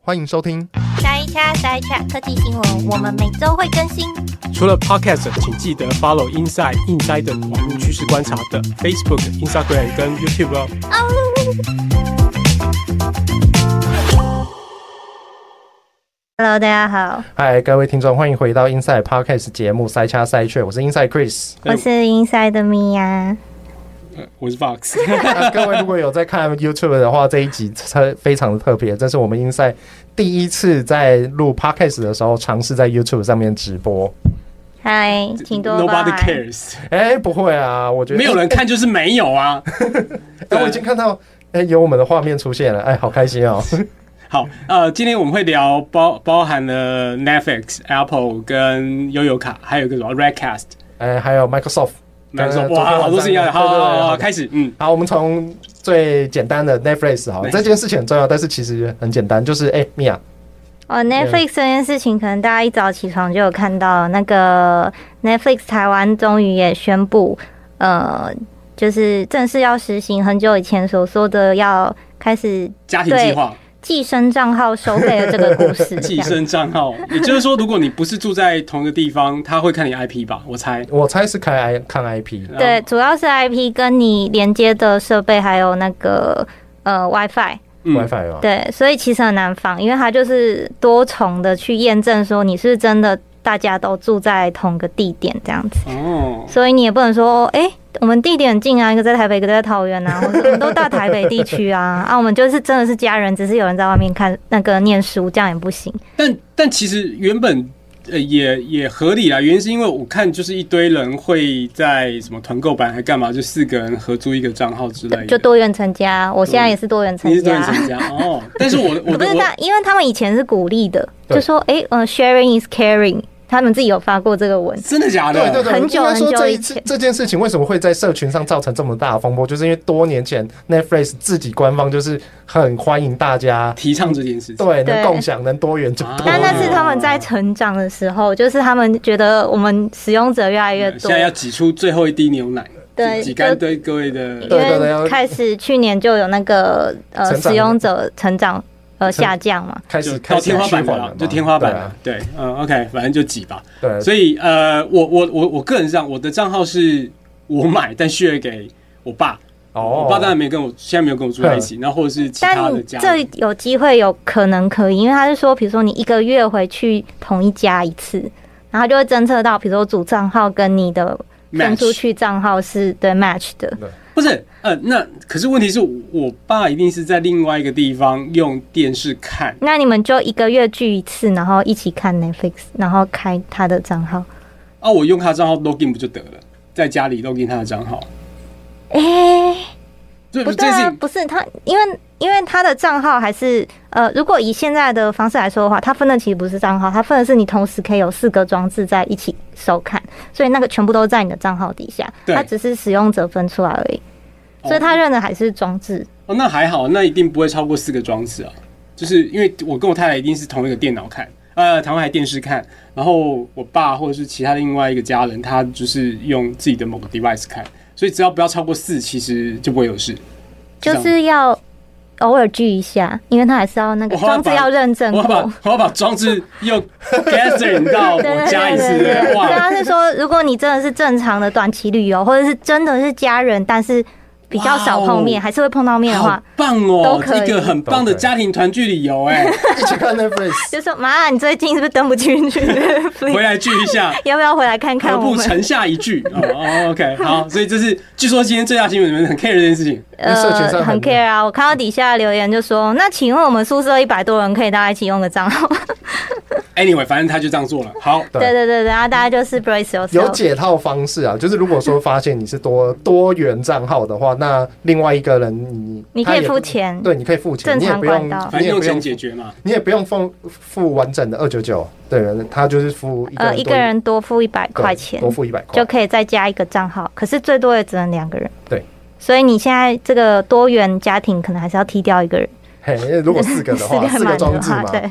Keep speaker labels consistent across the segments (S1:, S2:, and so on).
S1: 欢迎收听。
S2: 下一卡下一卡科技新闻，我们每周会更新。
S3: 除了 Podcast，请记得 follow Inside Inside 的网络趋势观察的 Facebook、Instagram 跟 YouTube 哦。
S2: Hello，大家好，
S1: 嗨，各位听众，欢迎回到 Inside Podcast 节目《塞掐塞雀》，我是 Inside Chris。
S2: 我是 Inside 的米娅。
S3: 呃我是 Box，
S1: 那各位如果有在看 YouTube 的话，这一集特非常的特别，这是我们 Inside 第一次在录 Podcast 的时候尝试在 YouTube 上面直播。
S2: 嗨，请多包
S3: Nobody
S2: 涵。
S3: cares，
S1: 哎、不会啊，我觉得
S3: 没有人看就是没有啊。
S1: 哎、我已经看到哎、有我们的画面出现了，哎、好开 心哦。
S3: 好，呃，今天我们会聊包包含了 Netflix、Apple 跟悠游卡，还有一个什么 Redcast。
S1: 哎、还有 Microsoft。
S3: 没
S1: 对
S3: 错，
S1: 昨天晚
S3: 哇，
S1: 上
S3: 好多事情要聊。啊好
S1: 对对对
S3: 好好，
S1: 好
S3: 好开始，嗯，
S1: 好，我们从最简单的 Netflix 好了，
S3: Netflix
S1: 这件事情很重要，但是其实很简单，就是哎，米、娅，
S2: 哦，Netflix 这件事情，可能大家一早起床就有看到，那个 Netflix 台湾终于也宣布，呃，就是正式要实行很久以前所说的要开始
S3: 家庭计划、
S2: 寄生账号收费的这个故 事。这
S3: 寄
S2: 样
S3: 生账号，也就是说，如果你不是住在同一个地方，他会看你 IP 吧？我猜。
S1: 我猜是开 I 看 IP。
S2: 对，，主要是 IP 跟你连接的设备，还有那个呃 WiFi。
S3: 嗯
S1: WiFi 吗？
S2: 对，所以其实很难防，因为它就是多重的去验证说你是不是真的大家都住在同个地点这样子，
S3: 哦，
S2: 所以你也不能说，哎、我们地点很近啊，一个在台北，一个在桃园 啊，或者我们都大台北地区啊，啊，我们就是真的是家人，只是有人在外面看那个念书，这样也不行。
S3: 但但其实原本呃也也合理啦，原因是因为我看就是一堆人会在什么团购版还干嘛，就四个人合租一个账号之类的，
S2: 就多元成家，我现在也是多元成
S3: 你是多
S2: 家
S3: 人。成家哦。但 是我的我
S2: 不
S3: 的
S2: 是
S3: 我
S2: 他，因为他们以前是鼓励的，
S1: 对
S2: 就说，哎、呃，sharing is caring，他们自己有发过这个文。
S3: 真的假
S1: 对对
S3: 的？
S1: 对，
S2: 很久
S1: 应该说
S2: 很久
S1: 这一
S2: 以
S1: 次
S2: 前
S1: 这件事情为什么会在社群上造成这么大的风波，就是因为多年前 Netflix 自己官方就是很欢迎大家
S3: 提倡这件事情，
S1: 对能
S2: 对
S1: 共享、能多元就
S3: 啊
S1: 多
S2: 但
S1: 元。
S2: 那是他们在成长的时候，就是他们觉得我们使用者越来越
S3: 呃现
S2: 多，
S3: 在要挤出最后一滴牛奶，
S2: 对
S3: 挤挤干
S2: 就
S3: 对各位
S2: 因
S3: 的
S1: 对对对要
S2: 为开始去年就有那个呃
S1: 成长
S2: 使用者成长呃下降嘛，
S1: 开
S3: 就
S1: 始
S3: 到
S1: 开始
S3: 天花板
S1: 趋缓
S3: 了啦
S1: 嘛，
S3: 就天花板
S1: 对
S3: 了
S1: 啊。
S3: 对，嗯，OK，反正就挤吧。
S1: 对，
S3: 所以呃，我我我我个人上我的账号是我买，但 share 给我爸。
S1: 哦
S3: 我爸当然没跟我，现在没有跟我住在一起，然后或者是其他
S2: 但
S3: 的
S2: 你
S3: 家
S2: 这
S3: 人。
S2: 有机会有可能可以，因为他是说，比如说你一个月回去同一家一次，然后就会侦测到，比如说主账号跟你的分
S3: Match
S2: 出去账号是对 match 的，
S3: 不是，呃，那可是问题是我爸一定是在另外一个地方用电视看，
S2: 那你们就一个月聚一次，然后一起看 Netflix，然后开他的账号。
S3: 啊，我用他账号 login 不就得了，在家里 login 他的账号，
S2: 哎、
S3: 就
S2: 不对
S3: 最
S2: 啊，
S3: 近
S2: 不是他，因为因为他的账号还是呃，如果以现在的方式来说的话，他分的其实不是账号，他分的是你同时可以有四个装置在一起收看，所以那个全部都在你的账号底下，
S3: 对
S2: 它只是使用者分出来而已，
S3: 哦
S2: 所以他认的还是装置。
S3: 哦，那还好，那一定不会超过四个装置啊，就是因为我跟我太太一定是同一个电脑看，呃，同一台电视看，然后我爸或者是其他另外一个家人，他就是用自己的某个 device 看，所以只要不要超过四，其实就不会有事。
S2: 就
S3: 这样
S2: 是要偶尔聚一下，因为他还是要那个
S3: 我要
S2: 装
S3: 把
S2: 置要认证哦
S3: 我要把
S2: 过。
S3: 我要把装置又 gathering 到我家一次，
S2: 对，
S3: 哇，
S2: 他是说，如果你真的是正常的短期旅游，或者是真的是家人，但是比较少
S3: 哇哦
S2: 碰面，还是会碰到面的话
S3: 好，棒
S2: 都
S3: 哦，
S2: 可以
S3: 一个很棒的家庭团聚旅游 哎，
S1: 一起看 Netflix。
S2: 就说妈，你最近是不是登不进去
S3: 回来聚一下。
S2: 要不要回来看 看
S3: 何
S2: 我
S3: 不
S2: 们？
S3: 城下一 句？哦哦，OK，好，所以这是据说今天最大新闻，你们很 care 这件事情。
S1: 社群上
S2: 很
S1: 很
S2: care 啊！我看到底下留言就说，那请问我们宿舍一百多人可以大家一起用个账号？
S3: Anyway，反正他就这样做了。好，
S1: 对
S2: 对对对对，然后大家就是 brace
S1: 有
S2: yourself。
S1: 解套方式啊，就是如果说发现你是多多元账号的话，那另外一个人你
S2: 你可
S1: 他
S2: 以
S1: 也
S2: 付钱，
S1: 对，你可以付钱，
S2: 正
S1: 你也
S2: 常
S1: 不用
S2: 管道，
S3: 反
S1: 你
S3: 正
S1: 也
S3: 用
S1: 不
S3: 钱
S1: 用
S3: 解决嘛。
S1: 你也不用付付完整的二九九，对，他就是付一个
S2: 呃，一个人多付一百
S1: 多
S2: 块钱
S1: 多付一百块
S2: 就，可以再加一个账号，可是最多也只能两个人。
S1: 对，
S2: 所以你现在这个多元家庭可能还是要踢掉一个人，
S1: 嘿，因为如果四个的话， 四
S2: 四
S1: 个
S2: 个满
S1: 装
S2: 的
S1: 置嘛
S2: 话，，对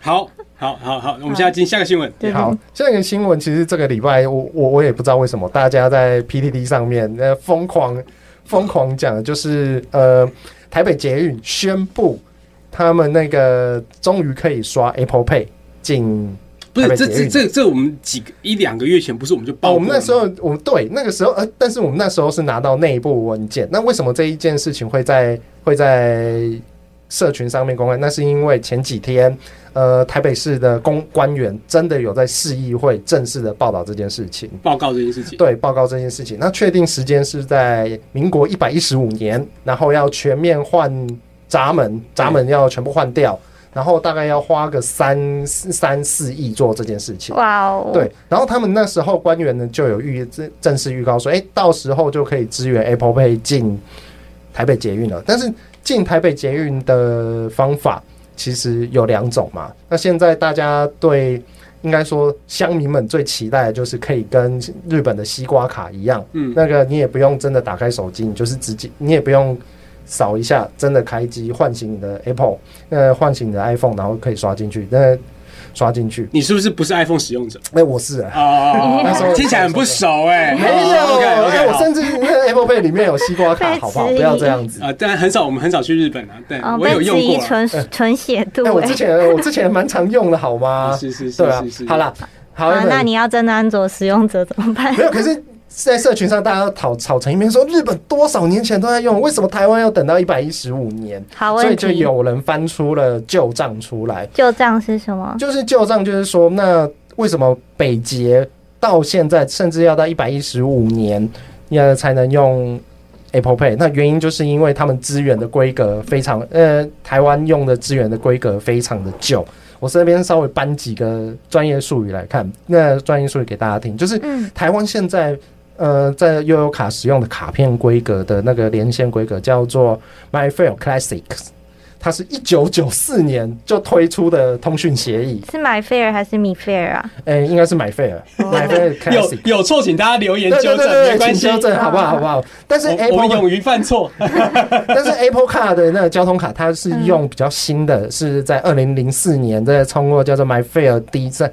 S3: 好，好，好，好，我们现在进下个新闻。
S2: 对
S1: 好，这个新闻其实这个礼拜我我我也不知道为什么大家在 PTT 上面呃疯狂疯狂讲，就是呃台北捷运宣布他们那个终于可以刷 Apple Pay 进。
S3: 不是
S1: 台北
S3: 这
S1: 捷
S3: 这
S1: 运
S3: 这这我们几个一两个月前不是我们就报
S1: 哦，
S3: 过
S1: 我
S3: 吗、
S1: 们那时候，我们对那个时候，呃，但是我们那时候是拿到内部文件。那为什么这一件事情会在会在社群上面公开？那是因为前几天，呃，台北市的公官员真的有在市议会正式的报道这件事情，
S3: 报告这件事情，
S1: 对，报告这件事情。那确定时间是在民国一百一十五年，然后要全面换闸门，闸门要全部换掉，然后大概要花个三三四亿做这件事情。
S2: 哇哦，
S1: 对，，然后他们那时候官员呢就有预正正式预告说，哎、到时候就可以支援 Apple Pay 进台北捷运了。但是进台北捷运的方法其实有两种嘛。那现在大家对应该说乡民们最期待的就是可以跟日本的西瓜卡一样，
S3: 嗯，
S1: 那个你也不用真的打开手机，你就是直接，你也不用扫一下，真的开机唤醒你的 Apple，呃，唤醒你的 iPhone，然后可以刷进去，那刷进去。
S3: 你是不是不是 iPhone 使用者
S1: 那、我是、啊。
S3: 啊？
S1: 那时候
S3: 听起来很不熟哎、
S1: 没有，
S3: ，OK
S1: 哎
S3: OK，
S1: 我甚至 那个 Apple Pay 里面有西瓜卡，
S2: 被
S1: 好不好？
S2: 质疑
S1: 不要这样子。
S3: 啊，但很少，我们很少去日本啊，对，
S2: 哦，
S3: 我有
S2: 被质
S3: 用
S2: 疑
S3: 过啊、
S2: 纯 纯写度
S1: 哎，我
S2: 哎
S1: 之前我之前蛮常用的，好吗？
S3: 是是是
S1: 对啊
S3: 是是，，
S1: 好啦，好
S2: 啊，那
S1: Evan，
S2: 你要真的安卓使用者怎么 办
S1: 没？有，可是。在社群上，大家都吵吵成一片，说日本多少年前都在用，为什么台湾要等到一百一十五年？
S2: 好
S1: 所以
S2: 问
S1: 就
S2: 题，
S1: 有人翻出了旧账出来，
S2: 旧账是什么？
S1: 就是旧账，就是说，那为什么北捷到现在甚至要到一百一十五年，呃，才能用 Apple Pay？那原因就是因为他们资源的规格非常，呃，台湾用的资源的规格非常的旧。我这边稍微搬几个专业术语来看，那专业术语给大家听，就是
S2: 嗯，
S1: 台湾现在呃在悠游卡使用的卡片规格的那个连线规格叫做 MyFair Classics，它是一九九四年就推出的通讯协议，
S2: 是买 fair 还是米 fair 啊？
S1: 诶、应该是 MyFair，MyFair
S3: 有
S1: Classic。
S3: 有错，请大家留言
S1: 对对
S3: 纠
S1: 对
S3: 正，
S1: 对
S3: 没
S1: 对，
S3: 关
S1: 请
S3: 系，
S1: 纠正好不好？好不好？但是
S3: 我我
S1: Apple
S3: 们勇于犯错，
S1: 但是 Apple Car 的那个交通卡，它是用比较新的，是在二零零四年在通过叫做 MyFair D 在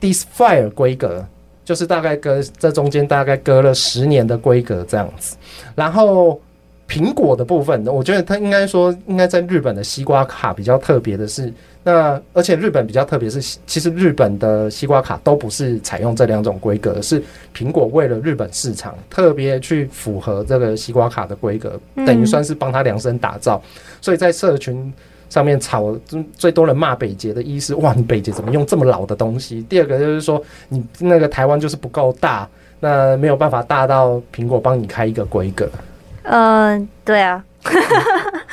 S1: Disfire 规格，就是大概隔这中间大概隔了十年的规格这样子。然后苹果的部分，我觉得它应该说应该在日本的西瓜卡比较特别的是，那而且日本比较特别是，其实日本的西瓜卡都不是采用这两种规格，是苹果为了日本市场特别去符合这个西瓜卡的规格，
S2: 嗯
S1: 等于算是帮他量身打造。所以在社群上面吵最最多人骂北捷的一是哇，你北捷怎么用这么老的东西？第二个就是说你那个台湾就是不够大，那没有办法大到苹果帮你开一个规格
S2: 呃，对啊，
S1: 啊。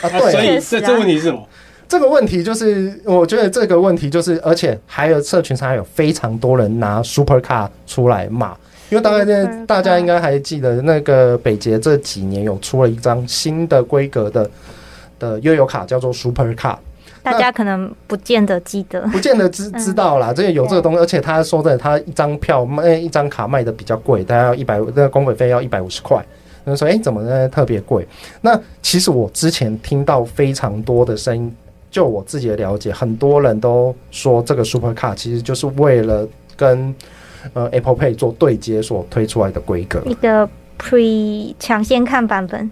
S3: 啊所
S1: 对啊，
S3: 以
S2: 确实
S3: 这
S2: 啊
S3: 这问题是什么？
S1: 这个问题就是我觉得这个问题就是，而且还有社群上还有非常多人拿 Super Car 出来骂。因为大概在
S2: Supercar
S1: 大家应该还记得，那个北捷这几年有出了一张新的规格的的悠游卡，叫做 Super Car。那
S2: 大家可能不见得记得。
S1: 不见得知知道啦，这个有这个东西，而且他说真的，他一张票卖一张卡卖的比较贵，大概要一百，那个工本费要一百五十块。他说：“哎、怎么呢？特别贵？”那其实我之前听到非常多的声音，就我自己的了解，很多人都说这个 Super Car 其实就是为了跟呃 Apple Pay 做对接所推出来的规格。
S2: 一个 pre 抢先看版本，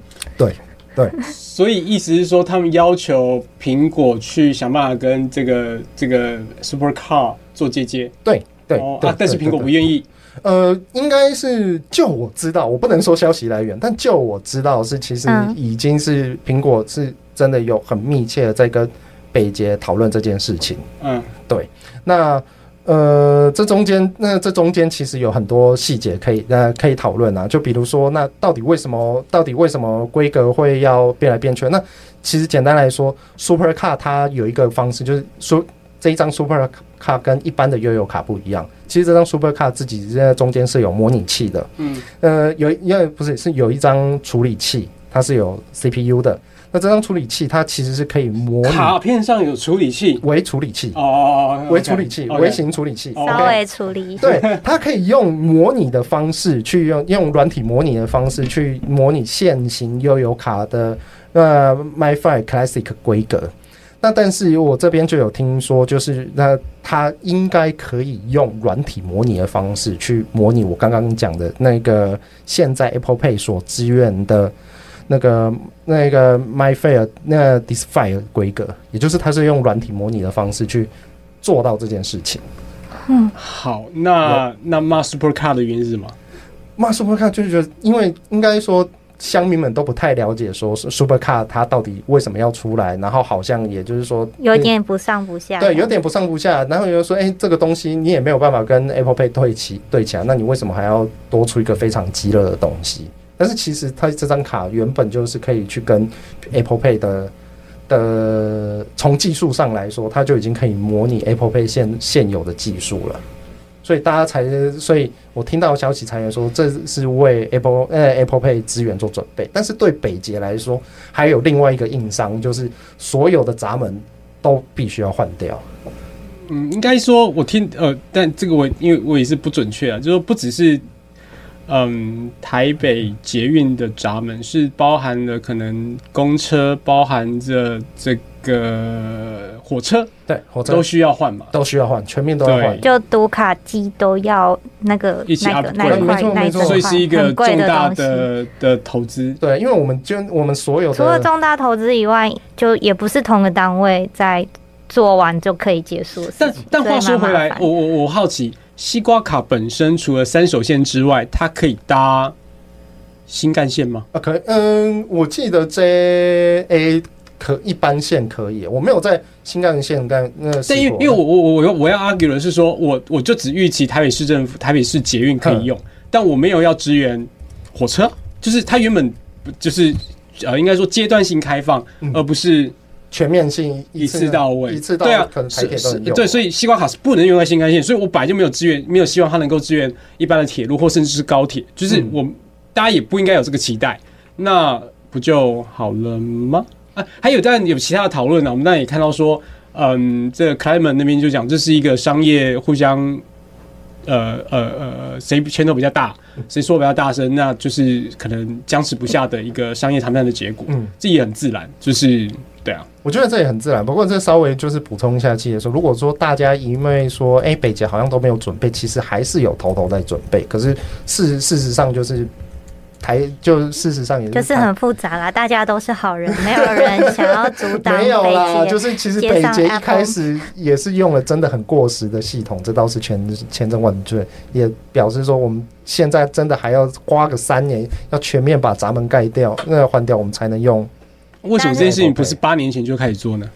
S3: 所以意思是说，他们要求苹果去想办法跟这个这个 Super Car 做借接，
S1: 对对
S3: 哦
S1: 对
S3: 啊，但是
S1: 对
S3: 苹果
S1: 对
S3: 不愿意，
S1: 呃，应该是就我知道，我不能说消息来源，但就我知道是，其实
S2: 嗯
S1: 已经是苹果是真的有很密切的在跟北捷讨论这件事情。
S3: 嗯，
S1: 那呃，这中间那这中间其实有很多细节可以呃可以讨论啊，就比如说，那到底为什么到底为什么规格会要变来变去？那其实简单来说，Super Car 它有一个方式，就是说这一张 Super Car 跟一般的悠游卡不一样，其实这张 Super Car 自己在中间是有模拟器的。
S3: 嗯，
S1: 呃，有要不是是有一张处理器，它是有 CPU 的。那这张处理器它其实是可以模拟
S3: 卡片上有处理器，
S1: 微处理器、
S3: 哦哦哦，
S1: 微处理器、微
S3: 微
S1: 型处理器。
S3: 哦
S2: 稍
S1: OK
S2: 微处理。
S1: 对，它可以用模拟的方式去用用软体模拟的方式去模拟现行悠游卡的呃 MyFi Classic 规格。那但是我这边就有听说，就是那它应该可以用软体模拟的方式去模拟我刚刚讲的那个现在 Apple Pay 所支援的那个那个 MyFair 那个 DisFire 规格，也就是它是用软体模拟的方式去做到这件事情。
S3: 好，那那 m a Supercar 的原因是什么？
S1: 骂 Supercar 就是觉得，因为应该说乡民们都不太了解说 Supercar 它到底为什么要出来，然后好像也就是说
S2: 有点不上不下。
S1: 对，有点不上不下。然后有人说，哎、这个东西你也没有办法跟 Apple Pay 对齐对起来，那你为什么还要多出一个非常鸡肋的东西？但是其实它这张卡原本就是可以去跟 Apple Pay 的的从技术上来说，它就已经可以模拟 Apple Pay 现现有的技术了。所以大家才，所以我听到消息才员说，这是为 Apple 呃 Apple Pay 资源做准备。但是对北捷来说，还有另外一个硬伤，就是所有的闸门都必须要换掉。
S3: 嗯，应该说，我听呃，但这个我因为我也是不准确啊，就是说不只是嗯台北捷运的闸门，是包含了可能公车，包含着这个火车
S1: 对，火车
S3: 都需要换嘛。
S1: 都需要换，全面都要换
S3: 对。
S2: 就读卡机都要那个
S3: 一起
S2: 那个
S3: upgrade
S2: 那一
S1: 没
S2: 块
S1: 错
S2: 那一
S1: 没错
S2: 整
S3: 所以是一
S2: 块
S3: 个
S2: 很贵
S3: 重大
S2: 东西。
S3: 的的投资，
S1: 对，因为我们就我们所有
S2: 除了
S1: 的，
S2: 重大投资以外，就也不是同个单位在做完就可以结束的事
S3: 但
S2: 情。
S3: 但话说回来，我
S2: 我
S3: 我我好奇，西瓜卡本身除了三手线之外，它可以搭新干线吗？
S1: 啊，可嗯，我记得 JA 可一般线可以，我没有在新干线呃干那试
S3: 但因为
S1: 过。
S3: 因为我我我我要我要 argue 的是说，我我就只预期台北市政府、台北市捷运可以
S1: 嗯
S3: 用，但我没有要支援火车，就是它原本不就是呃，应该说阶段性开放，
S1: 嗯
S3: 而不是
S1: 全面性
S3: 一次到位，
S1: 一次到
S3: 对
S1: 位
S3: 啊，
S1: 可能台铁
S3: 是
S1: 都
S3: 是
S1: 能用。
S3: 对，所以西瓜卡是不能用在新干线，所以我本来就没有支援，没有希望它能够支援一般的铁路或甚至是高铁，就是
S1: 嗯
S3: 我、大家也不应该有这个期待，那不就好了吗？啊，还有当然有其他的讨论呢，啊我们当然也看到说，嗯，这个 Clement 那边就讲这是一个商业互相。呃呃呃，谁拳头比较大，
S1: 嗯
S3: 谁说比较大声，那就是可能僵持不下的一个商业谈判的结果。
S1: 嗯
S3: 这也很自然，就是对啊，
S1: 我觉得这也很自然。不过这稍微就是补充一下，其实说，如果说大家因为说，哎、北捷好像都没有准备，其实还是有头头在准备。可是事事实上就是台，就事实上也是
S2: 就是
S1: 台
S2: 很复杂啦，大家都是好人，没有人想要阻挡
S1: 没有啦，
S2: 北
S1: 就
S2: 捷。
S1: 是其实
S2: 接
S1: 北
S2: 上
S1: 捷一
S2: Apple
S1: 开始也是用了真的很过时的系统，这倒是千千真万确，也表示说我们现在真的还要花个三年，要全面把闸门盖掉，那要换掉我们才能用。
S3: 为什
S2: 但
S3: 么
S2: 是
S3: 这件事情不是八年前就开始做呢？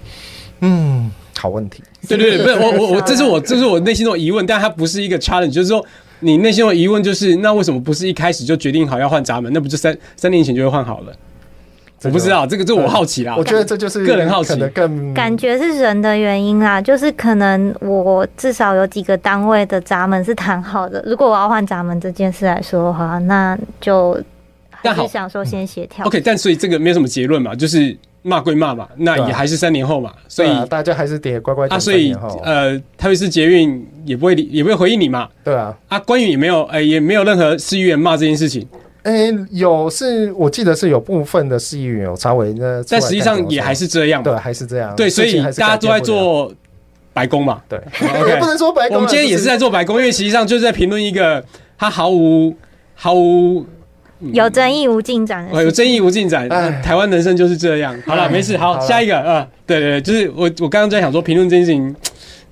S1: 嗯，好问题。
S3: 对对对，不是我我我，
S2: 是
S3: 这是 我这是我内心的疑问，但它不是一个 challenge，就是说你内心的疑问就是，那为什么不是一开始就决定好要换闸门？那不就三三年前就会换好了？
S1: 这就
S3: 我不知道这个，这我好奇啦。
S1: 我觉得这就是
S3: 个人好奇
S1: 可能更
S2: 感觉是人的原因啦，就是可能我至少有几个单位的闸门是谈好的。如果我要换闸门这件事来说的话，那就还
S3: 但好嗯
S2: 是想说先协调。
S3: OK，但所以这个没有什么结论嘛，就是骂归骂嘛，那
S1: 对啊
S3: 也还是三年后嘛，所
S1: 对
S3: 以
S1: 啊，大家还是得乖乖
S3: 啊，
S1: 等
S3: 所
S1: 三
S3: 以
S1: 年后。
S3: 呃，特别是捷运也不会理也不会回应你嘛，
S1: 对啊，
S3: 啊，关羽也没有呃也没有任何市议员骂这件事情，
S1: 诶、有是我记得是有部分的市议员有稍微呢，
S3: 但实际上也还是这样嘛
S1: 对，，还是这样。
S3: 对，所
S1: 事
S3: 以
S1: 情啊还是
S3: 大家
S1: 改
S3: 都
S1: 变不
S3: 在
S1: 了
S3: 做白宫嘛。
S1: 对，
S3: OK
S1: 也不能说白宫啊。
S3: 我们今天也
S1: 就是
S3: 在做白宫，因为实际上就是在评论一个他毫无毫无
S2: 有争议无进展的事
S3: 嗯呃有争议无进展。
S1: 哎
S3: 呃台湾人生就是这样。好了，没事，好，
S1: 好啦
S3: 下一个，呃，对对对，就是我我刚刚在想说评论这件事情。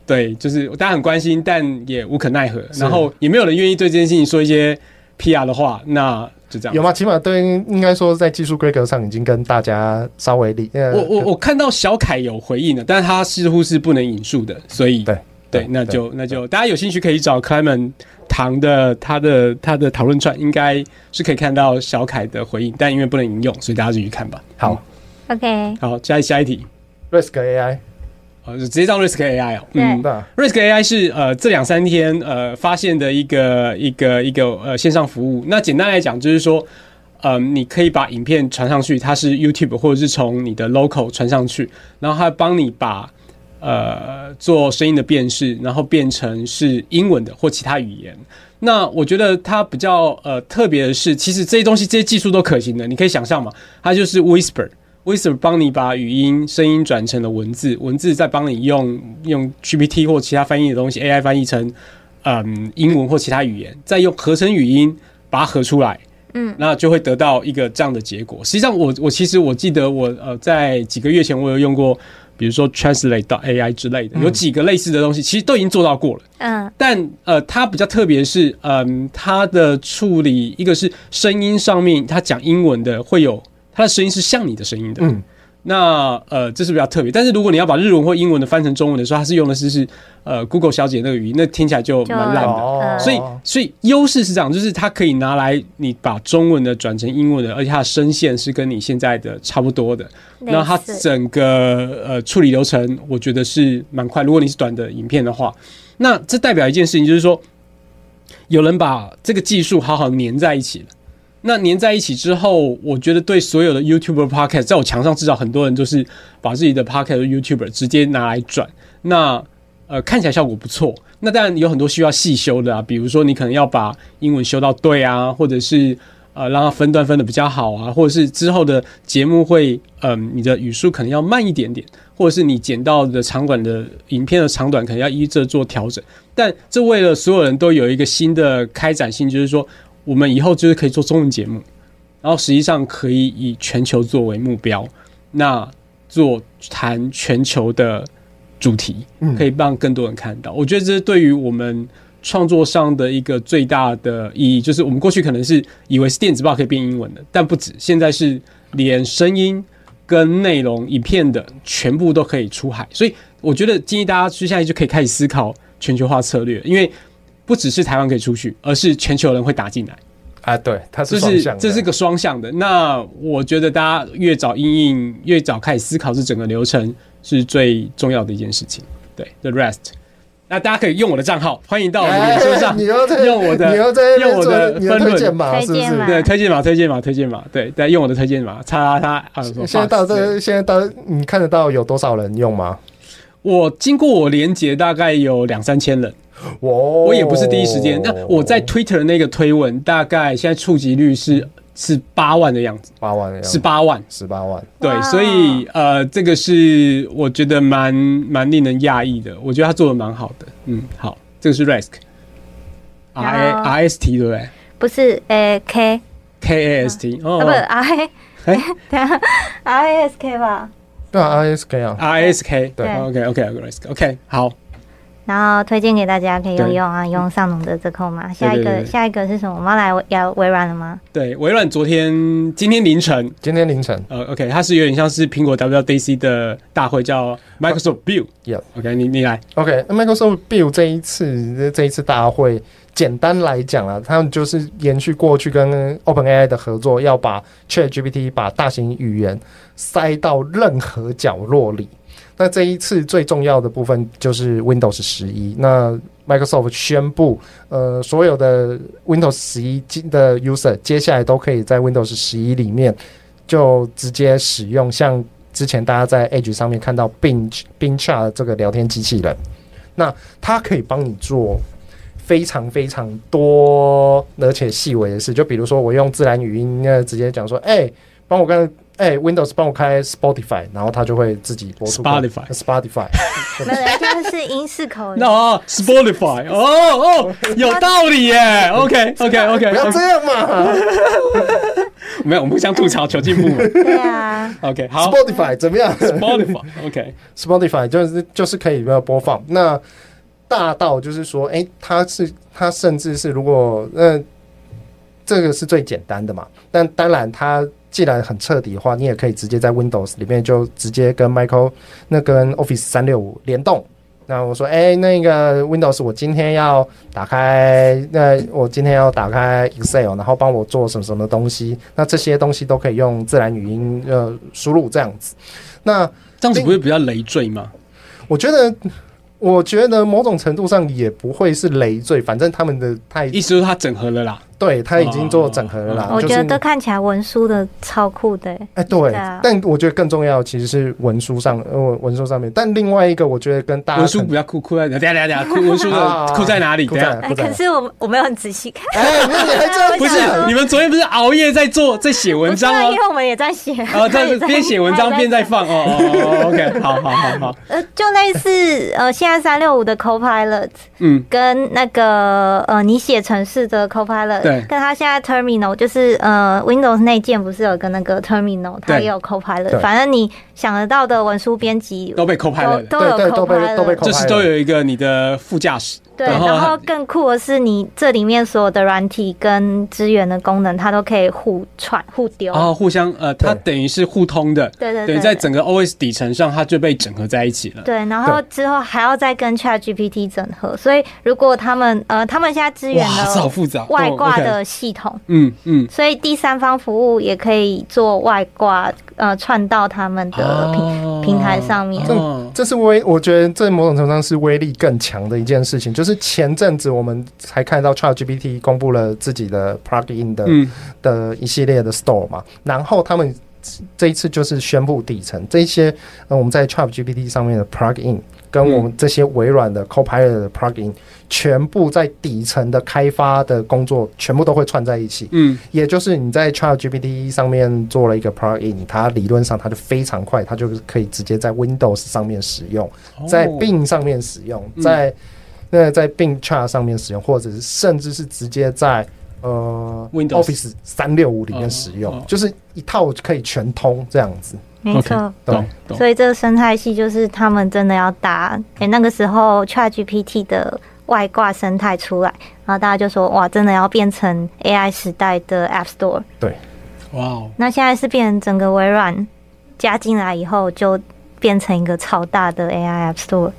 S3: 对，就是大家很关心，但也无可奈何，
S1: 是
S3: 然后也没有人愿意对这件事情说一些 PR 的话，那就这样
S1: 有。吗？起码对，应该说在技术规格上已经跟大家稍微理。呃
S3: 我我我看到小凯有回应的，但是他似乎是不能引述的，所以
S1: 对
S3: 对，那就那就大家有兴趣可以找 Clement 唐的他的他的讨论串，应该是可以看到小凯的回应，但因为不能引用，所以大家继续看吧。
S1: 好
S2: OK，
S3: 好，下一下一题，
S1: Risk AI，
S3: 呃，就直接到 Risk AI 哦，
S2: 对
S3: 嗯。
S1: 对啊
S3: Risk AI 是呃这两三天呃发现的一个一个一个呃线上服务。那简单来讲就是说，呃，你可以把影片传上去，它是 YouTube 或者是从你的 local 传上去，然后它帮你把呃做声音的辨识，然后变成是英文的或其他语言。那我觉得它比较呃特别的是，其实这些东西这些技术都可行的，你可以想象嘛，它就是 Whisper。Whisper 帮你把语音、声音转成了文字，文字再帮你用用 GPT 或其他翻译的东西 AI 翻译成嗯英文或其他语言，再用合成语音把它合出来，
S2: 嗯
S3: 那就会得到一个这样的结果。实际上我，我其实我记得我呃在几个月前我有用过，比如说 Translate 到 AI 之类的，有几个类似的东西，其实都已经做到过了。
S2: 嗯
S3: 但呃，它比较特别是，嗯、它的处理一个是声音上面，它讲英文的会有它的声音是像你的声音的，
S1: 嗯，
S3: 那呃，这是比较特别。但是如果你要把日文或英文的翻成中文的时候，它是用的是是呃 Google 小姐那个语音，那听起来就蛮烂的。
S1: 哦，
S3: 所以，所以优势是这样，就是它可以拿来你把中文的转成英文的，而且它的声线是跟你现在的差不多的。
S2: 类
S3: 那它
S2: 似
S3: 整个呃处理流程，我觉得是蛮快。如果你是短的影片的话，那这代表一件事情，就是说有人把这个技术好好粘在一起了。那粘在一起之后，我觉得对所有的 YouTuber、Podcast，在我墙上至少很多人就是把自己的 Podcast、YouTuber 直接拿来转。那呃，看起来效果不错。那当然有很多需要细修的啊，比如说你可能要把英文修到对啊，或者是呃让它分段分的比较好啊，或者是之后的节目会，嗯、你的语速可能要慢一点点，或者是你剪到的长短的影片的长短可能要依这做调整。但这为了所有人都有一个新的开展性，就是说我们以后就是可以做中文节目，然后实际上可以以全球作为目标，那做谈全球的主题。可以让更多人看到。我觉得这是对于我们创作上的一个最大的意义，就是我们过去可能是以为是电子报可以变英文的，但不止，现在是连声音跟内容、影片的全部都可以出海。所以我觉得建议大家接下来就可以开始思考全球化策略，因为不只是台湾可以出去，而是全球人会打进来。
S1: 啊，对，它
S3: 这
S1: 是双
S3: 是
S1: 向的
S3: 这是个双向的。那我觉得大家越早应应，越早开始思考这整个流程是最重要的一件事情。对，The rest。那大家可以用我的账号，欢迎到我的
S1: 哎
S3: 脸书上
S1: 你又在
S3: 用我的
S1: 你又在那边
S3: 用我的
S1: 做你的
S3: 分论
S1: 推荐码
S2: 推
S1: 是不
S2: 荐
S1: 是
S2: 码？
S3: 对推荐码、推荐码、推荐码，对，再用我的推荐码，叉叉叉啊！什么
S1: 现在到
S3: box 之类的
S1: 这，现在到你看得到有多少人用吗？
S3: 我经过我连接大概有两三千人，
S1: 我
S3: 我
S1: 我
S3: 也不是第一时间。那我在 Twitter 那个推文，大概现在触及率是是八万的样子，
S1: 八万的样
S3: 是
S1: 子，
S3: 八万。
S1: 十八万，
S3: 对，
S2: 哇
S3: 所以呃，这个是我觉得蛮蛮令人讶异的，我觉得他做的蛮好的。嗯，好，这个是 Rask，R A
S2: 然后
S3: R S T 对不对
S2: 不是诶 K
S3: ？K A S T
S2: 啊
S3: 哦
S2: 不 I
S3: 哎
S2: 等下 I S K 吧，
S1: 对啊，ISK 啊，
S3: ，R S K
S1: 对
S3: ，OK OK Rask OK 好，
S2: 然后推荐给大家可以用
S3: 对
S2: 用啊，用上农的折扣码。下一
S3: 对对
S2: 个
S3: 对
S2: 下一个是什么？我们要来微要微软了吗？
S3: 对，微软昨天今天凌晨，
S1: 今天凌晨
S3: 呃，OK，它是有点像是苹果 WDC 的大会叫 Microsoft Build。
S1: Yeah
S3: OK，你你来，
S1: ，OK，Microsoft Build 这一次这一次大会，简单来讲啊，他们就是延续过去跟 OpenAI 的合作，要把 ChatGPT 把大型语言塞到任何角落里。那这一次最重要的部分就是 Windows 十一，那 Microsoft 宣布，呃，所有的 Windows 十一的 user 接下来都可以在 Windows 十一里面就直接使用，像之前大家在 Edge 上面看到 Bing Bing Chat 这个聊天机器人，那它可以帮你做非常非常多而且细微的事，就比如说我用自然语音呃直接讲说，哎、帮我跟。哎、w i n d o w s 帮我开 Spotify，然后它就会自己播出
S3: Spotify
S1: Spotify，
S2: 没有，人家是英式口音
S3: 那。哦 Spotify，哦哦，有道理耶。OK OK OK，
S1: 不要这样嘛
S3: 没有，我们互相吐槽求进步 嘛。
S2: 对啊，
S3: OK，好
S1: ！Spotify 怎么样
S3: ，Spotify，OK，
S1: ？Spotify 就是就是可以播放。那大到就是说，哎、它是它甚至是如果呃，这个是最简单的嘛。但当然，它既然很彻底的话，你也可以直接在 Windows 里面就直接跟 Micro 那跟 Office 三六五联动。那我说，哎、那个 Windows，我今天要打开，那我今天要打开 Excel，然后帮我做什么什么东西。那这些东西都可以用自然语音呃输入这样子。那
S3: 这样子不会比较累赘吗？
S1: 我觉得，我觉得某种程度上也不会是累赘，反正他们的他已
S3: 意思就是它整合了啦。
S1: 对他已经做整合了啦。
S3: 啊
S2: 哦我
S1: 就
S2: 觉
S1: 是
S2: 得
S1: 你
S2: 都看起来文书的超酷的欸。
S1: 哎、对
S2: 对啊，
S1: 但我觉得更重要其实是文书上，呃，文书上面。但另外一个，我觉得跟大家
S3: 文书
S1: 可能
S3: 比较酷酷在，等一下等一下等一下，酷文书
S1: 啊
S3: 的酷在哪里？
S1: 酷
S3: 等一
S1: 在
S3: 下，
S2: 哎，
S1: 不在
S2: 可是我我没有很仔细看，
S1: 哎，你你还真
S2: 我
S3: 不
S2: 想
S3: 是
S2: 说
S3: 你们昨天不是熬夜在做在写文 章
S2: 不是啊
S3: 吗
S2: 因？为我们也 在写，
S3: 然后在边写文章边在
S2: 放。
S3: 放哦哦哦，OK，好好好好，
S2: 呃，就类似呃，现在三六五的 Copilot
S3: 嗯，
S2: 跟那个呃，你写程式的 Copilot，
S3: 对
S2: 跟它现在 Terminal 就是呃 Windows 内建不是有个那个 Terminal，它
S3: 对
S2: 也有 Copilot，
S1: 对
S2: 反正你想得到的文书编辑
S3: 都被扣拍了
S2: 都。都有
S1: 对对都被
S2: Copilot，
S1: 都被 Copilot
S3: 就是都有一个你的副驾驶，
S2: 对，
S3: 然后
S2: 然后更酷的是，你这里面所有的软体跟资源的功能，它都可以互串互丢。
S3: 然后互相呃，它等于是互通的，
S2: 对对
S3: 等
S2: 对，
S3: 于在整个 OS 底层上，它就被整合在一起了。
S2: 对，然后之后还要再跟 Chat GPT 整合，所以如果他们呃，他们现在支援
S3: 哇，这好
S2: 了
S3: 复杂。
S2: 外挂
S3: 哦，OK，
S2: 的系统，
S3: 嗯嗯，
S2: 所以第三方服务也可以做外挂，呃，串到他们的平、
S3: 哦
S2: 平台上面
S3: 哦
S1: 这是威，我觉得这某种程度上是威力更强的一件事情。就是前阵子我们才看到 ChatGPT 公布了自己的 plugin 的、
S3: 嗯，
S1: 的一系列的 store 嘛，然后他们这一次就是宣布底层这些、呃、我们在 ChatGPT 上面的 plugin 跟我们这些微软
S3: 嗯
S1: 的 Copilot 的 plugin 全部在底层的开发的工作全部都会串在一起。
S3: 嗯，
S1: 也就是你在 ChatGPT 上面做了一个 plugin，它理论上它就非常快，它就是可以直接在 Windows 上面使用，在
S3: 哦
S1: Bing 上面使用，
S3: 嗯
S1: 在那在 Bing Chat 上面使用，或者是甚至是直接在呃
S3: Windows
S1: Office 三六五里面使
S3: 哦哦
S1: 用，就是一套可以全通这样子。
S2: 没错。
S3: OK，
S1: 对
S3: 懂懂。
S2: 所以这个生态系就是他们真的要打，诶、那个时候 ChatGPT 的外挂生态出来，然后大家就说哇，真的要变成 AI 时代的 App Store。
S1: 对，
S3: 哇哦，
S2: 那现在是变成整个微软加进来以后，就变成一个超大的 AI App Store。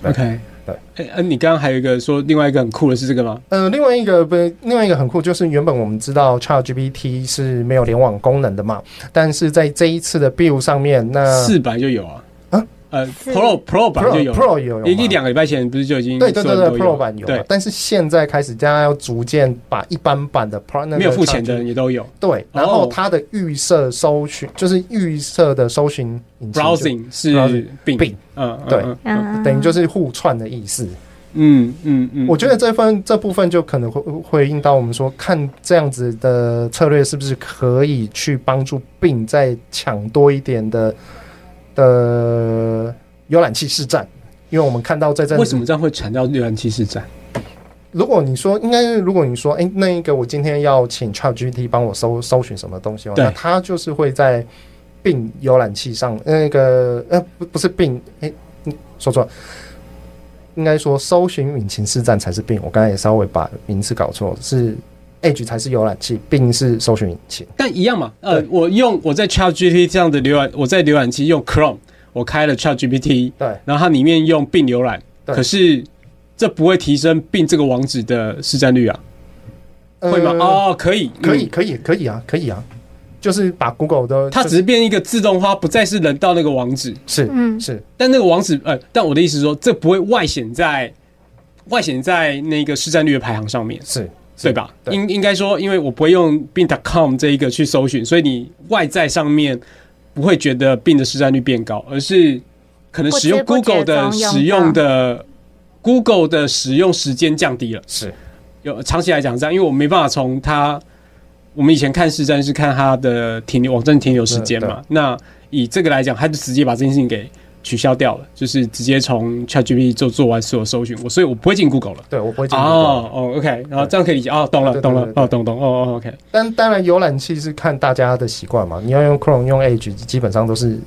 S1: 对
S3: OK，
S1: 对。
S3: 哎、呃你刚刚还有一个说另外一个很酷的是这个吗？
S1: 呃，另外一个不，另外一个很酷，就是原本我们知道 ChatGPT 是没有联网功能的嘛，但是在这一次的 Build 上面，那
S3: 四百就有啊。
S1: 嗯啊
S3: 呃
S2: 四
S3: ，Pro Pro 版就
S1: Pro
S3: 有了
S1: Pro 也有
S3: 一
S1: 嘛
S3: 一两个礼拜前不是就已经
S1: 对对对
S3: 所有
S1: 对
S3: 人都有
S1: ，Pro 版有啊嘛
S3: 对，，
S1: 但是现在开始，大家要逐渐把一般版的 Pro 那个
S3: 没有付钱的
S1: charge-
S3: 人也都有
S1: 对，然后
S3: 哦
S1: 它的预设搜寻就是预设的搜寻引擎就
S3: browsing 是
S1: Browsing，
S3: 病
S1: 病
S3: 嗯嗯
S1: 对
S3: 嗯嗯
S2: 嗯，
S1: 等于就是互串的意思。
S3: 嗯嗯嗯，
S1: 我觉得这份这部分就可能会回应到我们说，看这样子的策略是不是可以去帮助病再抢多一点的的浏览器市占，因为我们看到这阵
S3: 为
S1: 子
S3: 什么这样会传到浏览器市站？
S1: 如果你说，应该是如果你说，哎、那一个我今天要请 ChatGPT 帮我搜搜寻什么东西哦，
S3: 对
S1: 那它就是会在并浏览器上那个呃不不是并哎、嗯说错了，应该说搜寻引擎市站才是并，我刚才也稍微把名字搞错，是 Edge 才是浏览器，并是搜寻引擎。
S3: 但一样嘛，呃
S1: 对，
S3: 我用我在 ChatGPT 这样的浏览，我在浏览器用 Chrome，我开了 ChatGPT，
S1: 对
S3: 然后它里面用并浏览，
S1: 对
S3: 可是这不会提升并这个网址的市占率啊，会吗？
S1: 呃，
S3: 哦，可以，
S1: 可以
S3: 嗯，
S1: 可以可以啊，可以啊，就是把 Google 的
S3: 它
S1: 就
S3: 只是变一个自动化，不再是人到那个网址，
S1: 是
S2: 嗯
S1: 是
S3: 但那个网址，呃，但我的意思是说，这不会外显在外显在那个市占率的排行上面。
S1: 是是
S3: 对吧？
S1: 对
S3: 应应该说，因为我不会用 Bing.com 这一个去搜寻，所以你外在上面不会觉得 Bing 的市占率变高，而是可能使用
S2: 不知不觉
S3: Google 的
S2: 中用到
S3: 使用的 Google 的使用时间降低了。
S1: 是
S3: 有长期来讲是这样，因为我没办法从它，我们以前看市占是看它的停留网站停留时间嘛。那以这个来讲，它就直接把这件事情给取消掉了，就是直接从 ChatGPT 就做完所有搜寻，我所以我不会进 Google 了。
S1: 对，我不会进 Google
S3: 哦哦，OK，然后这样可以理解哦，懂了
S1: 对对
S3: 懂了
S1: 对对
S3: 哦，懂懂哦哦，OK，
S1: 但当然，浏览器是看大家的习惯嘛。你要用 Chrome、用 Edge，基本上都是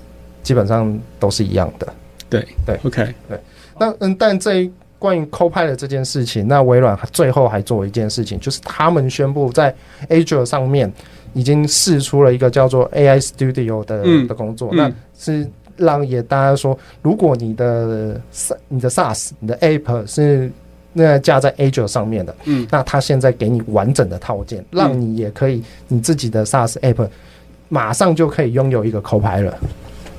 S1: 基本上都是一样的。
S3: 对
S1: 对
S3: OK，
S1: 那嗯，但这一关于 Copilot 这件事情，那微软最后还做一件事情，就是他们宣布在 Azure 上面已经试出了一个叫做 AI Studio 的、
S3: 嗯
S1: 的工作，
S3: 嗯
S1: 那是让也大家说，如果你的 Sa- 你的 SaaS、你的 App 是那架在 Azure 上面的，
S3: 嗯
S1: 那它现在给你完整的套件，让你也可以你自己的 SaaS App 马上就可以拥有一个 Copilot。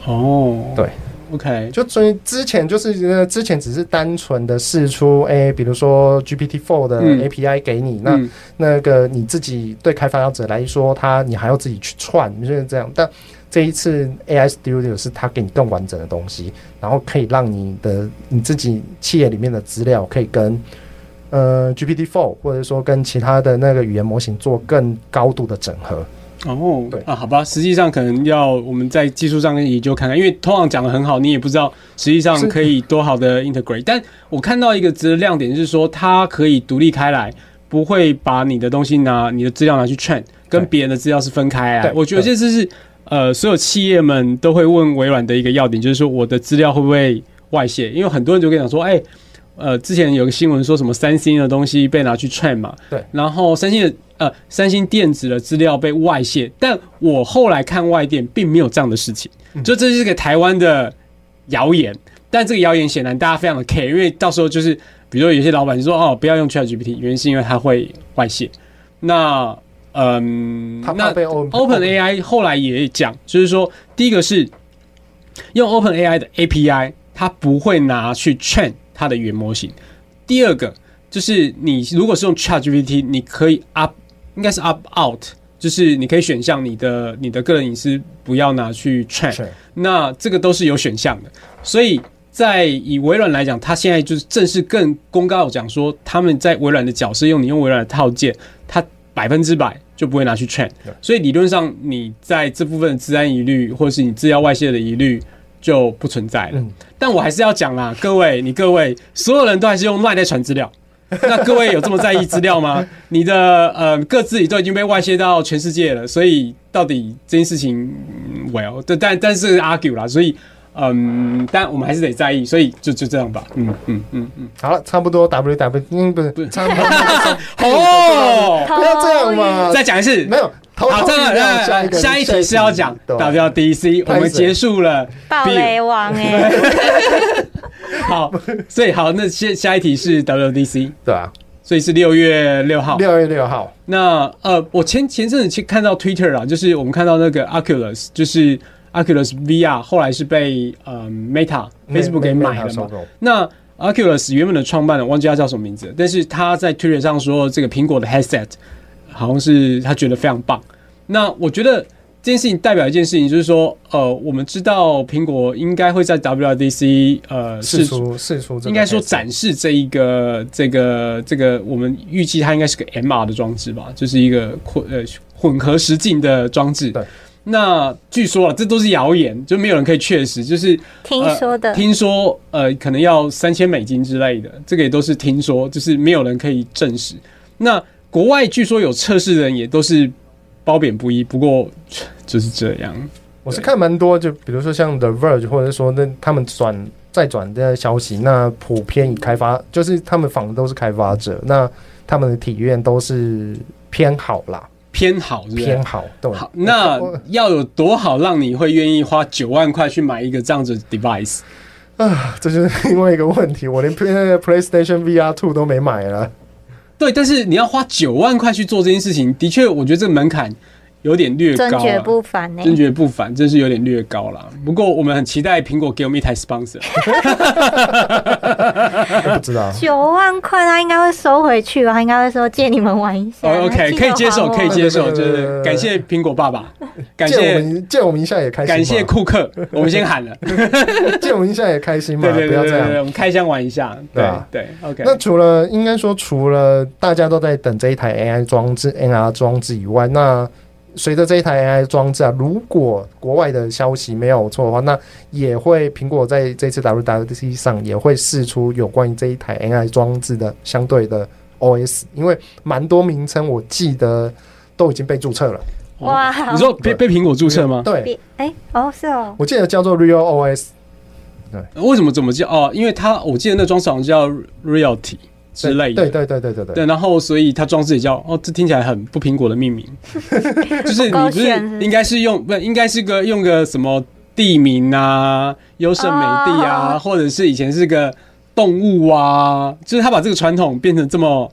S3: 哦，
S1: 对
S3: ，OK，
S1: 就所以之前就是呃，之前只是单纯的试出，哎、比如说 GPT Four 的
S3: 嗯
S1: API 给你，那
S3: 嗯
S1: 那个你自己对开发者来说，它你还要自己去串，就是这样。但这一次 AI Studio 是它给你更完整的东西，然后可以让你的你自己企业里面的资料可以跟呃 GPT Four 或者说跟其他的那个语言模型做更高度的整合。
S3: 哦，
S1: 对
S3: 啊，好吧，实际上可能要我们在技术上跟研究看看，因为通常讲的很好，你也不知道实际上
S1: 是
S3: 可以多好的 integrate。但我看到一个值得亮点是说，它可以独立开来，不会把你的东西拿你的资料拿去 train，跟
S1: 对
S3: 别人的资料是分开来
S1: 对。
S3: 我觉得这就是呃，所有企业们都会问微软的一个要点，就是说我的资料会不会外泄？因为很多人就跟你讲说，哎、呃，之前有个新闻说什么三星的东西被拿去 train 嘛，
S1: 对，
S3: 然后三星的呃三星电子的资料被外泄，但我后来看外电并没有这样的事情，
S1: 嗯
S3: 就这是个台湾的谣言，但这个谣言显然大家非常的 care，因为到时候就是比如说有些老板就说哦不要用 ChatGPT，原因是因为它会外泄，那嗯，
S1: 他怕
S3: 那
S1: 被 Open
S3: Open AI 后来也讲，就是说，第一个是用 Open AI 的 API，它不会拿去 train 它的原模型。第二个就是你如果是用 ChatGPT，你可以 up 应该是 up out，就是你可以选项你的你的个人隐私不要拿去 train。
S1: 是
S3: 那这个都是有选项的。所以在以微软来讲，它现在就是正式更公告讲说，他们在微软的角色用你用微软的套件，它百分之百就不会拿去 train
S1: Yeah.。
S3: 所以理论上，你在这部分的治安疑虑或是你资料外泄的疑虑。就不存在了，
S1: 嗯
S3: 但我还是要讲啦，各位，你各位，所有人都还是用 LINE 在传资料， 那各位有这么在意资料吗？你的呃各自己都已经被外泄到全世界了，所以到底这件事情、嗯、，well，但但但是 argue 啦，所以嗯，但我们还是得在意，所以就就这样吧，嗯嗯嗯嗯，
S1: 好了，差不多 W W，嗯，不是，
S3: 不是
S1: 差不多，
S3: 哦，
S1: 不要这样嘛，
S3: 再讲一次
S1: 没。有，头
S3: 好，
S1: 痛
S3: 这
S1: 一定要
S3: 样，
S1: 个
S3: 呃哎下一题是要讲
S1: 对啊
S3: WDC，
S1: 拍谁
S3: 我们结束了。
S2: 暴雷王哎、
S3: 好，所以好，那下下一题是 WDC，
S1: 对啊，
S3: 所以是六月六号。
S1: 六月六号，
S3: 那呃，我前前阵子去看到 Twitter 啊，就是我们看到那个 Oculus，就是 Oculus VR，后来是被呃 Meta Facebook 给买了嘛。那 Oculus 原本的创办人忘记他叫什么名字了，但是他在 Twitter 上说，这个苹果的 headset 好像是他觉得非常棒。那我觉得这件事情代表一件事情，就是说，呃，我们知道苹果应该会在 WDC 呃
S1: 试
S3: 出
S1: 出试出这个，
S3: 应该说展示这一个这个这个，我们预计它应该是个 MR 的装置吧，就是一个混呃混合实境的装置
S1: 对。
S3: 那据说啊，这都是谣言，就没有人可以确实，就是
S2: 听说的
S3: 呃、听说呃，可能要三千美金之类的，这个也都是听说，就是没有人可以证实。那国外据说有测试的人也都是褒贬不一，不过就是这样。
S1: 我是看蛮多，就比如说像 The Verge，或者说那他们转再转的消息，那普遍以开发就是他们仿的都是开发者，那他们的体验都是偏好啦，
S3: 偏好是不是
S1: 偏好对。
S3: 好，那
S1: 我
S3: 要有多好让你会愿意花九万块去买一个这样子的 device？
S1: 啊，这就是另外一个问题，我连 Play 那个 PlayStation VR Two 都没买了。
S3: 对，但是你要花九万块去做这件事情，的确，我觉得这个门槛有点略
S2: 真
S3: 高啊
S2: 绝
S3: 了。
S2: 不凡哎、
S3: 真觉不凡，真是有点略高啦。不过我们很期待苹果给我们一 台 sponsor。
S1: 我
S3: 啊
S1: 不知道，
S2: 九万块他应该会收回去吧？他应该会说借你们玩一下。
S3: 哦 OK，
S2: 记得
S3: 可以接受，
S2: 还我
S3: 可以接受，就
S1: 对对对对
S3: 是
S1: 对
S3: 感谢苹果 爸爸，感
S1: 借我
S3: 谢
S1: 们借我们一下也开心嘛，
S3: 感谢 库克，我们先喊了。
S1: 借我们一下也开心嘛，
S3: 对对
S1: 不
S3: 对
S1: 要
S3: 对
S1: 这
S3: 对，对
S1: 样。
S3: 我们开箱玩一下。
S1: 对
S3: 对
S1: 啊
S3: 对，OK。
S1: 那除了应该说除了大家都在等这一台 AI 装置 NR 装置以外，那随着这一台 AI 装置啊，如果国外的消息没有错的话，那也会苹果在这次 WWDC 上也会试出有关于这一台 AI 装置的相对的 OS，因为蛮多名称我记得都已经被注册了。
S3: 哦
S2: 哇
S3: 你说被被苹果注册吗？
S1: 对，
S2: 比哎、哦是哦，
S1: 我记得叫做 Real OS，
S3: 为什么怎么叫哦？因为它我记得那装饰好像叫 Realty 之类的，
S1: 对对对对对对
S3: 对，然后所以它装置也叫哦，这听起来很不苹果的 命名，就是你不
S2: 高炫是不
S3: 是
S2: 是
S3: 应该是用不应该是个用个什么地名啊、优胜美地啊，
S2: 哦
S3: 或者是以前是个动物啊，就是他把这个传统变成这么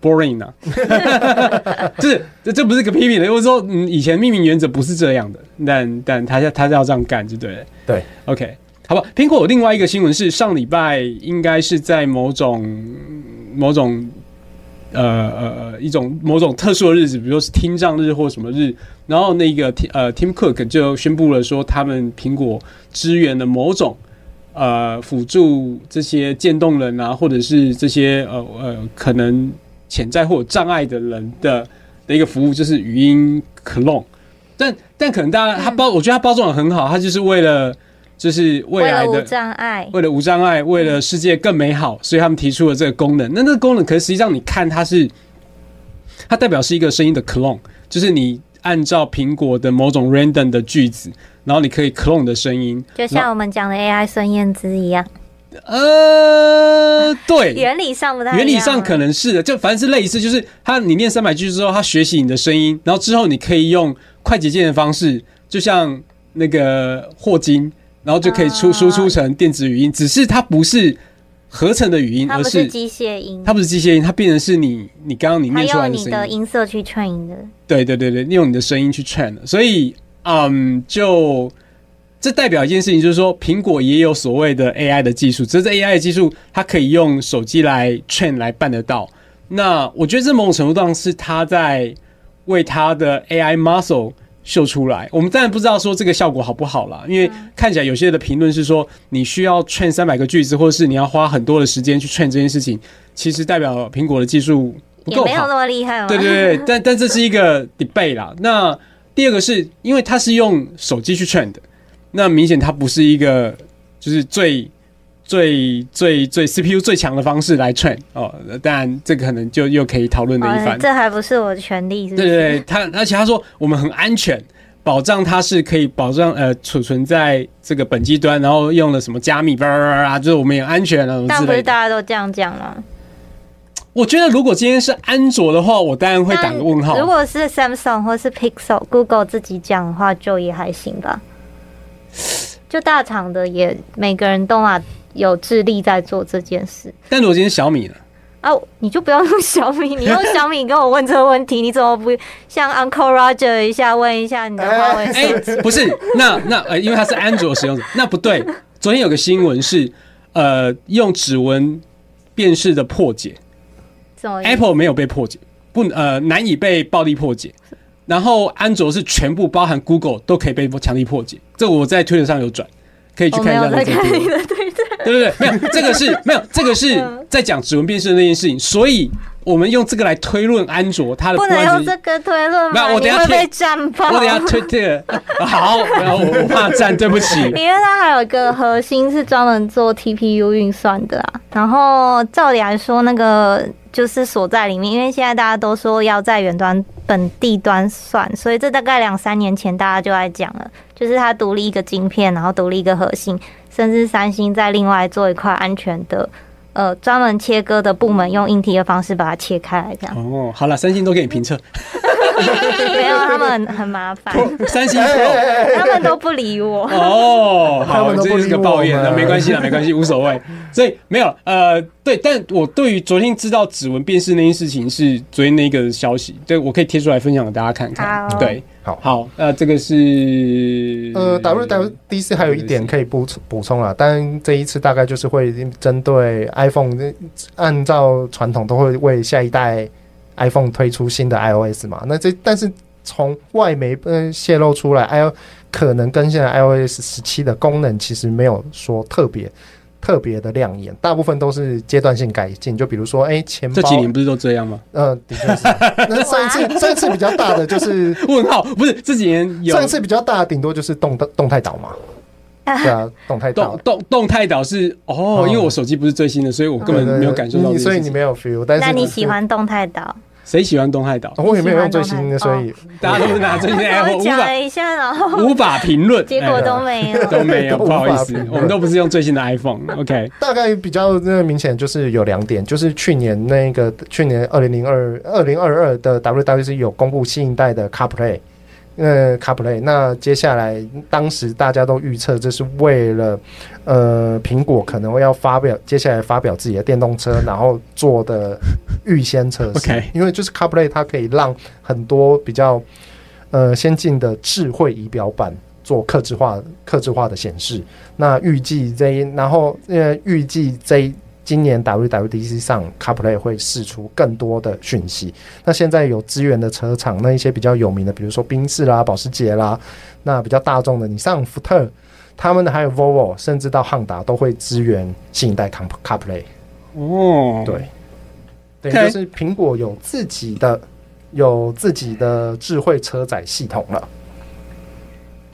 S3: boring 啊， 就是这这不是个批评的，我是说嗯，以前命名原则不是这样的，但但他他要这样干就对了。
S1: 对，
S3: OK，好吧。苹果有另外一个新闻是，上礼拜应该是在某种某种呃呃呃一种某种特殊的日子，比如说是听障日或什么日，然后那个 Ti- 呃 Tim Cook 就宣布了说，他们苹果支援了某种。呃，辅助这些渐冻人啊，或者是这些呃呃可能潜在或有障碍的人的的一个服务，就是语音 clone。但但可能大家他
S2: 嗯
S3: 包，我觉得他包装的很好，他就是为了就是未
S2: 为
S3: 来
S2: 了无
S3: 的
S2: 障碍，
S3: 为了无障碍，为了世界更美好，所以他们提出了这个功能。那那个功能，可是实际上你看它是它代表是一个声音的 clone，就是你按照苹果的某种 random 的句子，然后你可以 clone 的声音。
S2: 就像我们讲的 AI 孙燕姿一样，
S3: 呃，对，
S2: 原理上不太一样啊
S3: 原理上可能是的，就反正是类似，就是它你念三百句之后，它学习你的声音，然后之后你可以用快捷键的方式，就像那个霍金，然后就可以出
S2: 啊
S3: 输出成电子语音，只是它不是合成的语音，
S2: 它
S3: 而
S2: 不是
S3: 是
S2: 机械音，
S3: 它不是机械音，它变成是你你刚刚你
S2: 它
S3: 念出来
S2: 用
S3: 的
S2: 你
S3: 声
S2: 的
S3: 音。
S2: 音色去 train 的。
S3: 对对对对，利用你的声音去 train 的，所以嗯，就这代表一件事情，就是说苹果也有所谓的 AI 的技术，只是这 AI 的技术它可以用手机来 train 来办得到。那我觉得这某种程度上是它在为它的 AI muscle 秀出来。我们当然不知道说这个效果好不好啦，因为
S2: 嗯
S3: 看起来有些的评论是说你需要 train 三百个句子，或是你要花很多的时间去 train 这件事情，其实代表苹果的技术不
S2: 也
S3: 够
S2: 没有
S3: 好
S2: 那。么厉害嘛。哦
S3: 对对对，但但这是一个 debate 啦。那第二个是因为它是用手机去 train 的，那明显它不是一个就是最最最最 CPU 最强的方式来 train 哦。当然，这个可能就又可以讨论的一
S2: 哦
S3: 番，。
S2: 这还不是我的权利，是不
S3: 对
S2: 是？
S3: 对对，他而且他说我们很安全，保障它是可以保障呃储存在这个本机端，然后用了什么加密叭叭叭叭，就是我们也安全啊什么
S2: 但
S3: 之
S2: 不
S3: 类
S2: 是
S3: 的
S2: 大。家都这样讲吗？
S3: 我觉得如果今天是安卓的话，我当然会打个问号。
S2: 但如果是 Samsung 或是 Pixel、Google 自己讲的话，就也还行吧。就大厂的也每个人都啊有智力在做这件事
S3: 但如果今天是小米呢？
S2: 啊，你就不要用小米，你用小米跟我问这个问题，你怎么不像 Uncle Roger 一下问一下你的华为
S3: 哎、
S2: 手机？
S3: 不是，那那呃，因为他是安卓使用者，那不对。昨天有个新闻是，呃，用指纹辨识的破解
S2: 怎么
S3: ，Apple 没有被破解，不呃难以被暴力破解。然后安卓是全部包含 Google 都可以被强力破解，这我在推特上有转，可以哎去
S2: 我
S3: 看
S2: 没
S3: 一下
S2: 有
S3: 那
S2: 在
S3: 则
S2: 看
S3: 推
S2: 你
S3: 文
S2: 的推特，
S3: 对不对？没有，这个 是没有，这个是
S2: 嗯
S3: 在讲指纹辨识的那件事情，所以我们用这个来推论安卓它的
S2: 不能
S3: 关
S2: 用
S3: 系
S2: 这个推论
S3: 没
S2: 吗？
S3: 有我等
S2: 你
S3: 一下
S2: 会
S3: 贴
S2: 被战爆。
S3: 我等一下推特、好，然后我我怕站，对不起。
S2: 因为它还有一个核心是专门做 TPU 运算的啊。然后照理来说，那个就是锁在里面，因为现在大家都说要在远端本地端算，所以这大概两三年前大家就在讲了，就是它独立一个晶片，然后独立一个核心，甚至三星在另外做一块安全的。呃，专门切割的部门用硬体的方式把它切开来， 这样
S3: 哦，好了，三星都给你 评测，
S2: 没有他们很很麻烦，
S3: 三星
S1: 哎
S3: Pro。
S2: 他们都不理 我。
S3: 哦，
S1: 他
S3: 好，
S1: 们都
S3: 这
S1: 不
S3: 就是个
S1: 理我
S3: 抱怨，
S1: 们
S3: 那没关系啦，没关系，无所 谓。所以没有，呃，对，但我对于昨天知道指纹辨识那件事情是昨天那个消息，对我可以贴出来分享给大家看看。
S2: 好
S3: 对，
S1: 好
S3: 好，呃，这个是
S1: 呃，WWDC 还有一点可以补充补充啊，但这一次大概就是会针对 iPhone，呃按照传统都会为下一代 iPhone 推出新的 iOS 嘛。那这但是从外媒呃泄露出来，i 可能跟现在 iOS 十七的功能其实没有说特别特别的亮眼，大部分都是阶段性改进。就比如说，哎、钱包
S3: 这几年不是都这样吗？
S1: 呃，的确是。那上一次上一次比较大的就是
S3: 问号，不是这几年有
S1: 上一次比较大的顶多就是动动态岛 嘛。对啊，动态岛
S3: 动动动态岛是哦，
S1: 哦
S3: 因为我手机不是最新的，所以我根本没有感受到
S1: 你
S3: 这件事情。
S1: 所以你没有 feel。但是
S2: 那你喜欢动态岛？
S3: 谁喜欢动态 岛？
S1: 我也没有用最新的，
S2: 喜欢
S1: 所
S2: 动态
S1: 以
S3: 哦大家都是拿最新的
S2: 我
S3: iPhone，无
S2: 讲
S3: 法
S2: 了一下，然后
S3: 无法评论，
S2: 结果都没有
S3: 哎。 都没有，
S1: 都
S3: 不
S1: 无法
S3: 好意思
S1: 评，论
S3: 我们都不是用最新的 iPhone。OK，
S1: 大概比较那明显就是有两点，就是去年那个去年二零零二二零二二的 WWC 有公布新一代的 CarPlay，呃 CarPlay，那接下来当时大家都预测这是为了呃苹果可能会要发表接下来发表自己的电动车，然后做的预先测试
S3: OK
S1: 因为就是 CarPlay 它可以让很多比较呃先进的智慧仪表板做客制化客制化的显示。那预计这一，然后呃，预计这一今年 WWDC 上 CarPlay 会释出更多的讯息。那现在有资源的车厂，那一些比较有名的，比如说宾士啦、保时捷啦，那比较大众的，你上福特，他们的还有 Volvo，甚至到汉达都会支援新一代 Car CarPlay。
S3: 哦，
S1: 对，对，
S3: OK
S1: 就是苹果有自己的有自己的智慧车载系统了。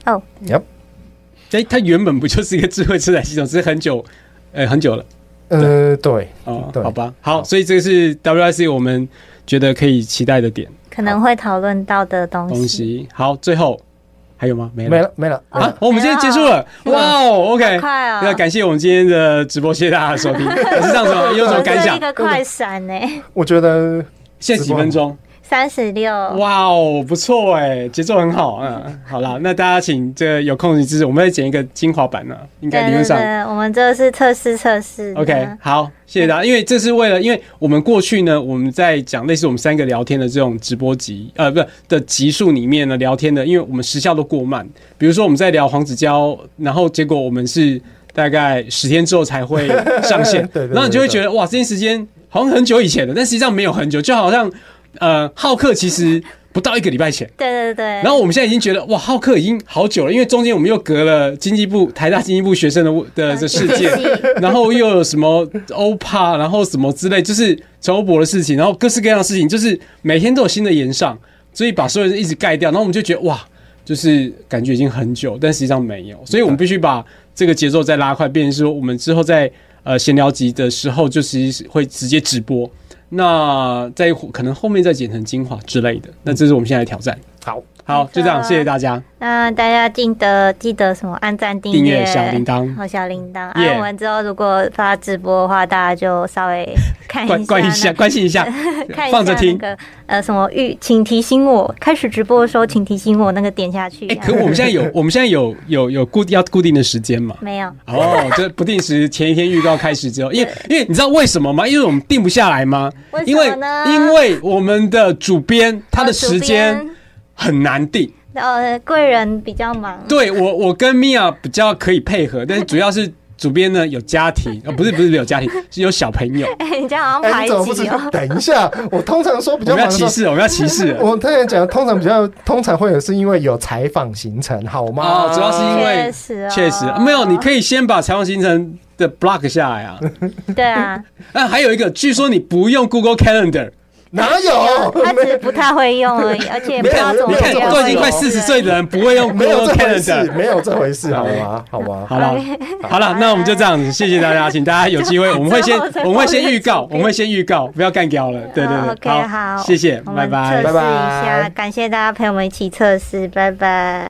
S2: 哦
S1: Yep，
S3: 哎，它原本不就是一个智慧车载系统，只是很久，呃，很久了，
S1: 呃，对，
S3: 哦，
S1: 对
S3: 好吧，好，所以这个是 WIC 我们觉得可以期待的点
S2: 可能会讨论到的东西。
S3: 东西。好，最后还有吗？没了
S1: 没了没了。
S2: 哦
S1: 没
S3: 啊
S1: 了！
S3: 我们今天结束了，
S2: 没了
S3: 哇哦，OK，
S2: 好快哦
S3: 那感谢我们今天的直播，谢谢大家 的收听。我是这样子吗？你有什么感
S2: 这是
S3: 想嗯
S2: 一？个快闪呢、
S1: 我觉得
S3: 现在几分钟？
S2: 三十六，
S3: 哇哦，不错哎，节奏很好。嗯，好啦，那大家请这个有空你支持，我们再剪一个精华版呢，啊应
S2: 对
S3: 该理论
S2: 对
S3: 上
S2: 对，我们这是测试测试的。
S3: OK，好，谢谢大家。因为这是为了，因为我们过去呢，我们在讲类似我们三个聊天的这种直播集，呃，不是的集数里面呢，聊天的，因为我们时效都过慢。比如说我们在聊黄子佼，然后结果我们是大概十天之后才会上线
S1: ，对对对
S3: 然后你就会觉得哇，这件时间好像很久以前的，但实际上没有很久，就好像呃，浩克其实不到一个礼拜前。
S2: 对对对。
S3: 然后我们现在已经觉得哇，浩克已经好久了，因为中间我们又隔了经济部台大经济部学生的的的事件， 然后又有什么欧帕，然后什么之类，就是陈欧博的事情，然后各式各样的事情，就是每天都有新的延上，所以把所有人一直盖掉，然后我们就觉得哇，就是感觉已经很久，但实际上没有，所以我们必须把这个节奏再拉快，变成说我们之后在呃闲聊集的时候，就其实会直接直播。那在可能后面再剪成精华之类的，那这是我们现在的挑战。
S1: 好，
S3: 好，就这样，
S2: 好的
S3: 谢谢大家，
S2: 那大家记得记得什么？按赞、订
S3: 订阅
S2: 阅、
S3: 小铃铛，
S2: 好小铃铛。啊，
S3: Yeah
S2: 我们之后如果发直播的话，大家就稍微看一下
S3: 关
S2: 哎那，
S3: 关一下，关心一下，
S2: 看一下
S3: 放着
S2: 那
S3: 听。
S2: 个呃什么预，请提醒我开始直播的时候，请提醒我那个点下去。
S3: 哎，
S2: 这
S3: 可
S2: 样
S3: 我们现在有，我们现在有有有固定要固定的时间嘛？
S2: 没有？
S3: 哦，这不定时前一天预告开始之后，因为因为你知道为什么吗？因为我们定不下来吗？
S2: 为
S3: 因
S2: 什
S3: 为
S2: 么呢
S3: 因为我们的主编他的时
S2: 呃
S3: 间
S2: 主
S3: 很难定。
S2: 编呃贵人比较忙，
S3: 对我，我跟米娅比较可以配合，但是主要是主编呢有家庭，呃，不是不是有家庭，是有小朋 友。
S2: 哎，你这样好像
S1: 哎，
S2: 排
S1: 你怎么不知
S2: 挤
S1: 道
S2: 哦？。
S1: 等一下，我通常说比
S3: 我
S1: 较
S3: 们
S1: 忙的
S3: 要
S1: 时
S3: 歧
S1: 候
S3: 视，我们要歧视。
S1: 我刚才讲，通常比较通常会有是因为有采访行程，好吗？
S3: 哦主要是因为
S2: 确实哦，
S3: 确实啊没有，你可以先把采访行程的 block 下来啊。
S2: 以对啊，
S3: 那还有一个，据说你不用 Google Calendar，
S1: 哪有？
S2: 他只是不太会用而 已，而且也不
S1: 没
S2: 知
S1: 有
S2: 道怎么哦
S3: 你看
S1: 没有这回事
S2: 用
S3: 都已经快四十岁的人不会 用
S1: 没有
S3: Google
S1: 这回事，
S3: Calendar。
S1: 没有这回事，好吗？好吗？
S3: 好了，好了，那我们就这样子，谢谢大家，请大家有机会，我们会先
S2: 之后再
S3: 我们会先预告
S2: 讨论这个，
S3: 我们会先预告，不要干掉了，对对对，
S2: 嗯哦 OK，好，
S3: 谢谢，
S2: 我
S3: 拜
S2: 们
S3: 拜。
S2: 测试
S1: 拜
S2: 一下
S1: 拜，
S2: 感谢大家陪我们一起测试，拜拜。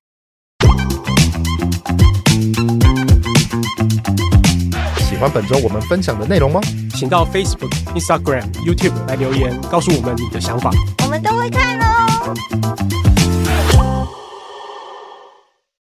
S1: 喜欢本周我们分享的内容吗？
S3: 请到 Facebook、Instagram、YouTube 来留言，告诉我们你的想法。
S2: 我们都会看哦。